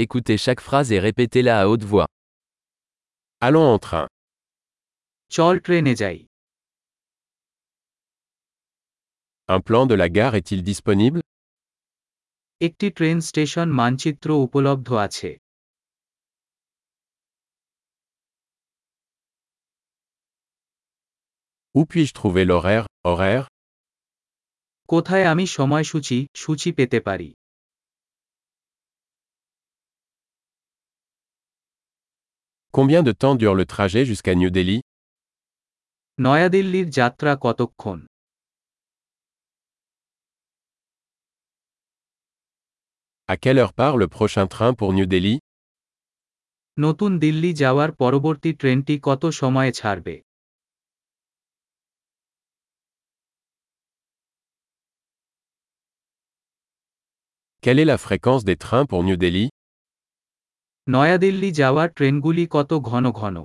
Écoutez chaque phrase et répétez-la à haute voix. Allons en train. চল ট্রেনে যাই Un plan de la gare est-il disponible একটি ট্রেন স্টেশন মানচিত্র উপলব্ধ আছে Où puis-je trouver l'horaire Horaire কোথায় আমি সময়সূচি সূচি পেতে পারি Combien de temps dure le trajet jusqu'à New Delhi নয়াদিল্লির যাত্রা কতক্ষণ À quelle heure part le prochain train pour New Delhi নতুন দিল্লি যাওয়ার পরবর্তী ট্রেনটি কত সময়ে ছাড়বে Quelle est la fréquence des trains pour New Delhi নয়াদিল্লি যাওয়ার ট্রেনগুলি কত ঘন ঘন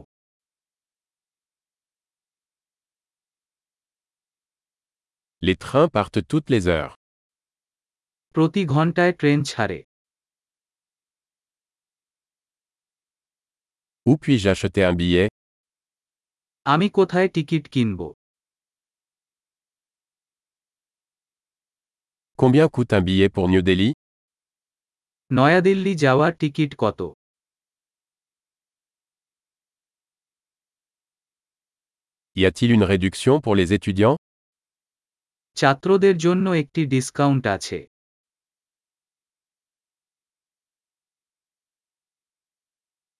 Les trains partent toutes les heures. প্রতি ঘন্টায় ট্রেন ছাড়ে Où puis-je acheter un billet আমি কোথায় টিকিট কিনব Combien coûte un billet pour New Delhi নয়াদিল্লি যাওয়ার টিকিট কত Y a-t-il une réduction pour les étudiants ছাত্রদের জন্য একটি ডিসকাউন্ট আছে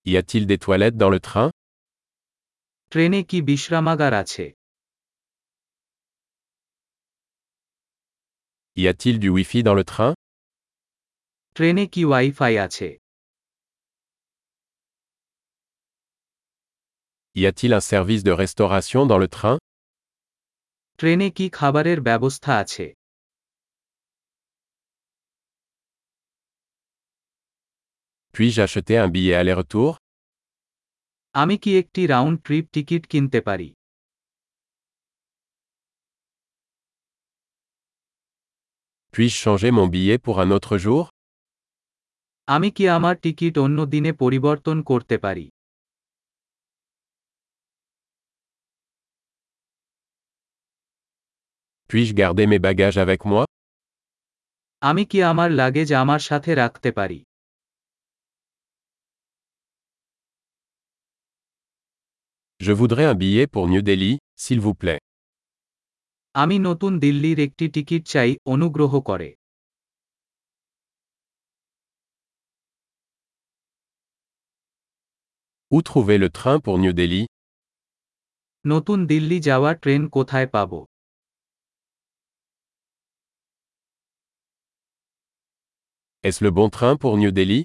Y a-t-il des toilettes dans le train ট্রেনে কি বিশ্রামাগার আছে Y a-t-il du Wi-Fi dans le train ট্রেনে কি ওয়াইফাই আছে Y a-t-il un service de restauration dans le train ট্রেনে কি খাবারের ব্যবস্থা আছে Puis-je acheter un billet aller-retour আমি কি একটি রাউন্ড ট্রিপ টিকিট কিনতে পারি Puis-je changer mon billet pour un autre jour আমি কি আমার টিকিট অন্য দিনে পরিবর্তন করতে পারি Puis-je garder mes bagages avec moi আমি কি আমার লাগেজ আমার সাথে রাখতে পারি Je voudrais un billet pour New Delhi, s'il vous plaît. আমি নতুন দিল্লির একটি টিকিট চাই অনুগ্রহ করে Où trouver le train pour New Delhi নতুন দিল্লি যাওয়ার ট্রেন কোথায় পাব Est-ce le bon train pour New Delhi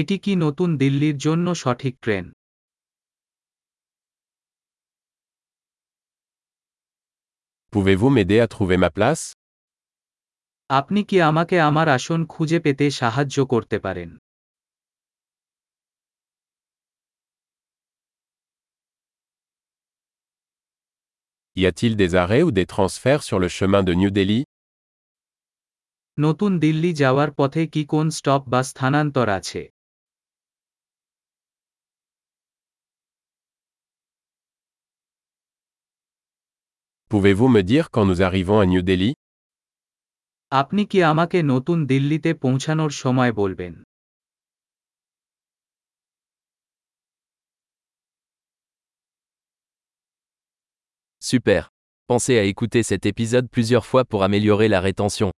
এটি কি নতুন দিল্লির জন্য সঠিক ট্রেন Pouvez-vous m'aider à trouver ma place আপনি কি আমাকে আমার আসন খুঁজে পেতে সাহায্য করতে পারেন Y a-t-il des arrêts ou des transferts sur le chemin de New Delhi নতুন দিল্লি যাওয়ার পথে কি কোন স্টপ বা স্থানান্তর আছে Pouvez-vous me dire quand nous arrivons à New Delhi আপনি কি আমাকে নতুন দিল্লিতে পৌঁছানোর সময় বলবেন Super. Pensez à écouter cet épisode plusieurs fois pour améliorer la rétention.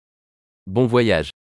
Bon voyage.